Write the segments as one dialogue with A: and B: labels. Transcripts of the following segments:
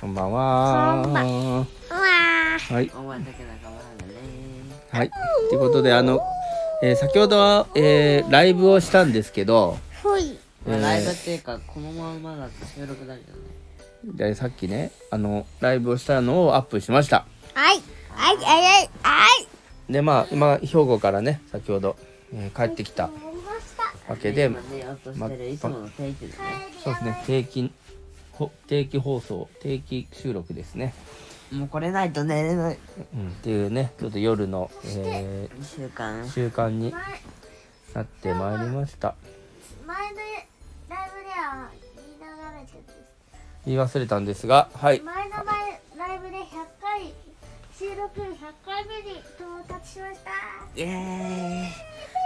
A: こんばんは。
B: こんばうわー
A: はい。
C: 思わんだけ仲間なんだね
A: はい。ということで、あの、えー先ほどは、えーライブをしたんですけど、
B: ほい
C: まあ
A: えー
C: ライブっていうかこのままだと収録だけどね
A: でさっきね、あの、ライブをしたのをアップしました。
B: はいはいはいはいはい
A: で、まあ、今、兵庫からね、先ほど、えー帰ってきた
B: やりました
A: わけで、
C: 今ねアップしてるいつもの定期だね
A: そうですね、定期、ほ定期放送、定期収録ですね。
C: もうこれないと寝れない
A: うん、っていうね、ちょっと夜の、え
C: 2週間
A: ー習慣に
B: 前
A: なってまいりました。
B: 前のライブでは言いながらちゃった
A: 言い忘れたんですが、はい。
B: 前の前ライブで100回収録100回目に到達しました
C: イエ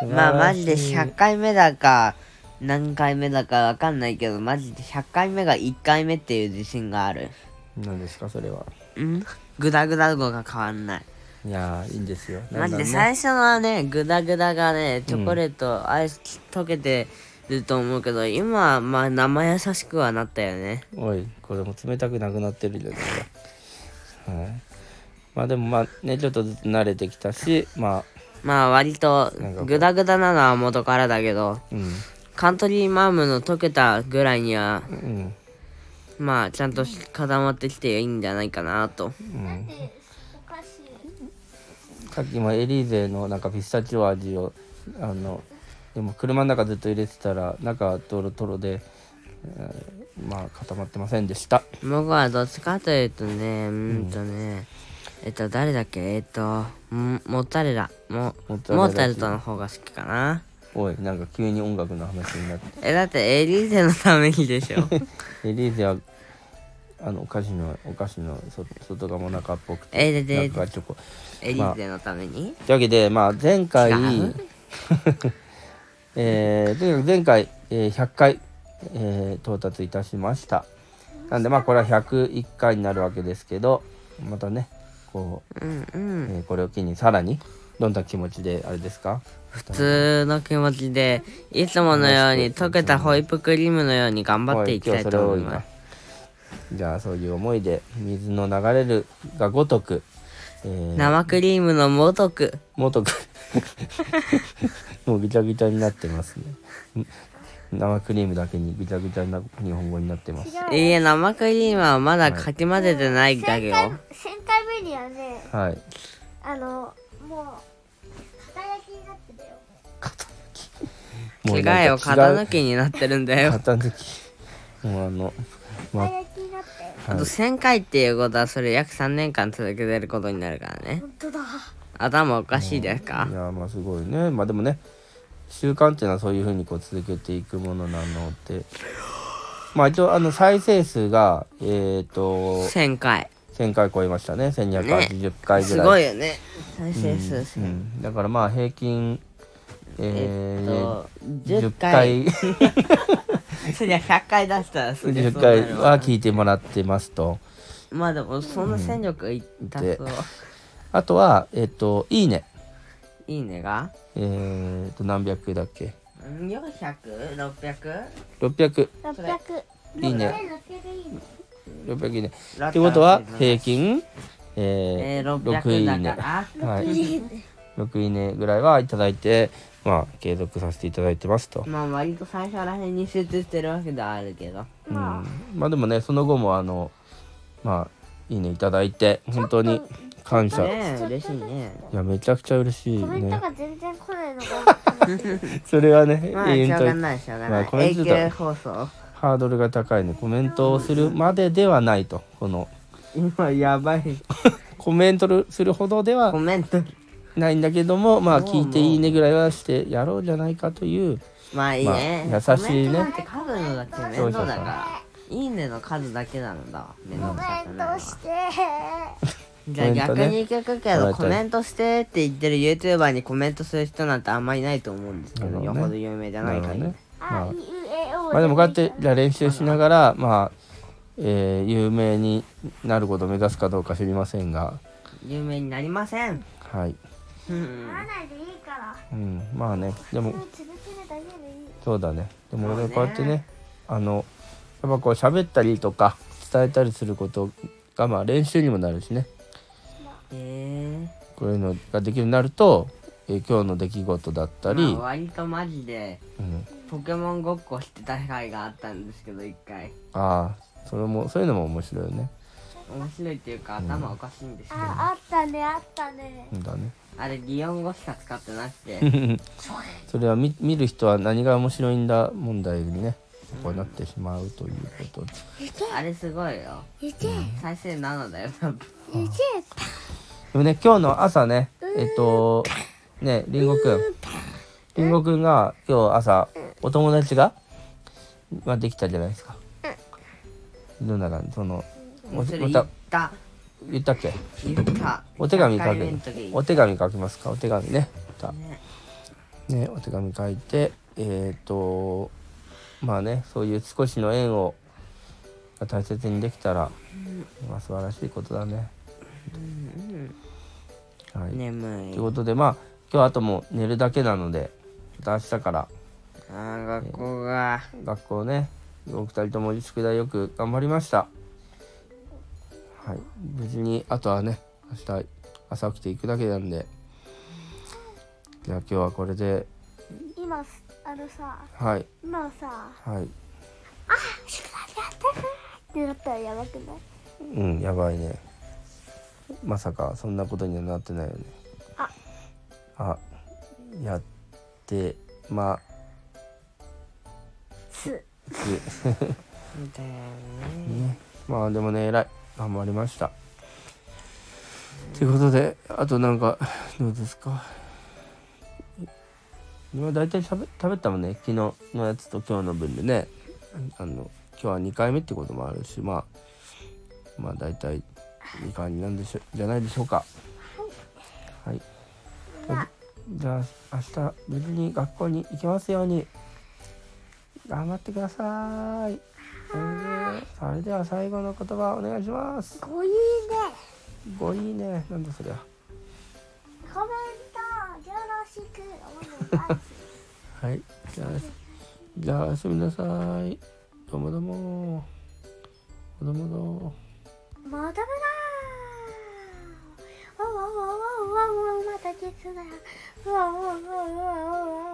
C: ーイまあマジで100回目だか何回目だかわかんないけどマジで100回目が1回目っていう自信がある
A: 何ですか、それは。
C: うんグダグダ語が変わんない
A: いやー、いいんですよ。
C: マジで
A: だんだんね
C: 最初のはねグダグダがねチョコレートアイス溶けてると思うけど、今はまあ生優しくはなったよね
A: おいこれも冷たくなくなってるじゃないか、はい、まあでもまあねちょっとずつ慣れてきたしま
C: まあ割と
A: なんかこう
C: グダグダなのは元からだけど
A: あうん
C: カントリーマームの溶けたぐらいには
A: うん
C: まあちゃんと固まってきていいんじゃないかなと
A: うん
B: おかしい
A: さっきもエリーゼのなんかピスタチオ味をあのでも車の中ずっと入れてたら中はトロトロで、えーまあ固まってませんでした
C: 僕はどっちかというとねうーんとね、えっと誰だっけえっとモモッタレラモ
A: モ
C: モ
A: ッツァレラ
C: ッタレラの方が好きかな
A: おいなんか急に音楽の話になって
C: えだってエリーゼのためにでしょ
A: エリーゼはあのお菓子のお菓子の外外がも中っぽくて
C: えでで
A: 中がチョコ
C: エリーゼのために、
A: というわけで、まあ、前回
C: 違う、
A: えー、とにかく前回、えー100回、えー到達いたしました。なんで、まあ、これは101回になるわけですけど、またね、こう、
C: うんうん
A: えーこれを機にさらに、どんな気持ちで、あれですか
C: 普通の気持ちでいつものように溶けたホイップクリームのように頑張っていきたいと思います
A: す。じゃあ、そういう思いで、水の流れるがごとく、えー
C: 生クリームのもとく
A: もとく もうぐちゃぐちゃになってますねん生クリームだけにぐちゃぐちゃな日本語になってます
C: いいえ生クリームはまだかき混ぜてないだけ
B: 1000
C: よ、
B: 回1000回目にはね
A: はい
B: あのもう肩焼きになってたよ
A: もう
C: 違
A: なんか
C: うよ肩抜きになってるんだよ
A: 肩抜きもうあのま
B: 肩焼きになって
C: あ
A: は
C: と
A: い
C: 1000回っていうことはそれ約3年間続けてることになるからね
B: 本当だ
C: 頭おかしいですか
A: いやまあすごいねまあでもね習慣っていうのはそういうふうにこう続けていくものなのでまあ一応あの再生数がえっ、と
C: 1000回
A: 1000回超えましたね1280回ぐ
C: す
A: らい、
C: ごいよね再生数1000、
A: うん、だからまあ平均え
C: えっ
A: ー
C: と
A: 10
C: 10回
A: 回
C: そりゃ100回出したらすげえ
A: 10
C: そうな
A: 回
C: るわ
A: は聞いてもらってますと
C: まあでもそんな戦力いった
A: で
C: そう
A: あとはえっ、と「いいね
C: いいねが」
A: えー、と何百だっけ
B: 六
C: 400600
A: 600
B: 百
A: いいね
B: 六百いいね
A: 600いいねってことは平均
C: え
A: え
C: ー、
A: ー、
C: 600
A: 6いい
C: だ
A: ね
C: か
A: はい6いいねぐらいはいただいてまあ継続させていただいてますと
C: ら、まあ割と最初らへんに集中してるわけではあるけど
A: うん、まあでもねその後もあのまあいいねいただいて本当に感謝い
C: ねえ嬉しいね
A: やめちゃくちゃ嬉しい
B: コメント
A: ね
B: が全然来ないの が
A: それはね、
C: まあ
A: 永
C: し
A: 遠
C: ょう
A: と
C: がないしょうが
A: ま
C: な
A: あ
C: い
A: コメン
C: 永
A: トだ
C: 久放送
A: ハードルが高いねコメントをするまでではないとこの
C: 今やばい
A: コメントするほどで
C: コ
A: は
C: メント
A: ないんだけどもまあ
C: もう
A: 聞いていいねぐらいはしてやろうじゃないかという
C: まあいいね、
A: まあ優しい
C: コメン
A: ね
C: トなんて数のだけ面
A: そうそうそ
C: 倒
A: う
C: だからいいねの数だけなのだわ面倒
B: コ
C: く
B: メ
C: さく
B: ン
C: ない
B: ト
C: わ
B: して
C: じゃあ逆に聞くけど、
A: コメントね
C: コメントしてって言ってる YouTuber にコメントする人なんてあんまりいないと思うんですけ
A: な
C: ど、
A: る
C: よ
A: ほどね
C: ほど有名じゃない限り、
A: なるほど
C: ね、
A: ね
B: あいうえお
A: まあでもこうやってじゃあ練習しながらまあえー有名になることを目指すかどうか知りませんが
C: 有名になりません
A: はい、
C: うん
B: ならないでいいから
A: うん、まあねでも
B: もう続けるだけでいい
A: そうだねでも
C: そう
A: 俺
C: ね
A: こうやってねあのやっぱこう喋ったりとか伝えたりすることがまあ練習にもなるしね
C: え
A: こういうのができるようになると、えー今日の出来事だった
C: ー、
A: り、
C: まあ、割とマジで
A: うん、
C: ポケモンごっこしてた世界があったんですけど一回
A: ああそれもそういうのも面白いよね。
C: 面白いっていうか頭おかしいんですけど、
B: ああったねあったね
A: うんだね。
C: あれ擬音語しか使ってなくて
A: それは見見る人は何が面白いんだ問題にねこうなってしまうということで、
B: いけ
C: あれすごいよ
B: いけ
C: 再生7だよ多分
B: いけ
A: でもね今日の朝ねえっ、とねりんごくんりんごくんが今日朝お友達が、まあ、できたじゃないですか。どんな感じそのお
C: それ
A: ま
C: 言
A: た
C: った
A: 言ったっけ
C: 言った
A: お手紙
C: 100
A: 書
C: 回目の時
A: けお手紙書きますかお手紙ね。また
C: ね
A: ね、お手紙書いてえっ、とまあねそういう少しの縁をが大切にできたら、まあ、素晴らしいことだね。はい、
C: 眠
A: と
C: い
A: いうことでまあ今日あともう寝るだけなのでまた明日から
C: あー学校が
A: 学校ねお二人とも宿題よく頑張りました。はい、無事にあとはね明日朝起きていくだけなんでじゃあ今日はこれで
B: 今すあのさ
A: はい
B: 今さ
A: はい。
B: 宿題やってるってなったらやばくない
A: うんやばいねまさかそんなことにはなってないよね
B: あ
A: あやってますす
C: だよね
A: ねまあでもね偉い頑張りましたということであとなんかどうですか今大体しゃべ食べたもんね昨日のやつと今日の分でねあの今日は2回目ってこともあるしまあまあ大体2回になんでしょじゃないでしょうかはいじゃあ明日無事に学校に行きますように頑張ってくださいそれでそれでは最後の言葉お願いします
B: ごいいね
A: ごいいねなんだそりゃ
B: コメントよろしくお願いします
A: はいじゃあじゃあおやすみなさいどうもどうもどうもどうも
B: まだまだわわわわわわまた実だわわわわわわ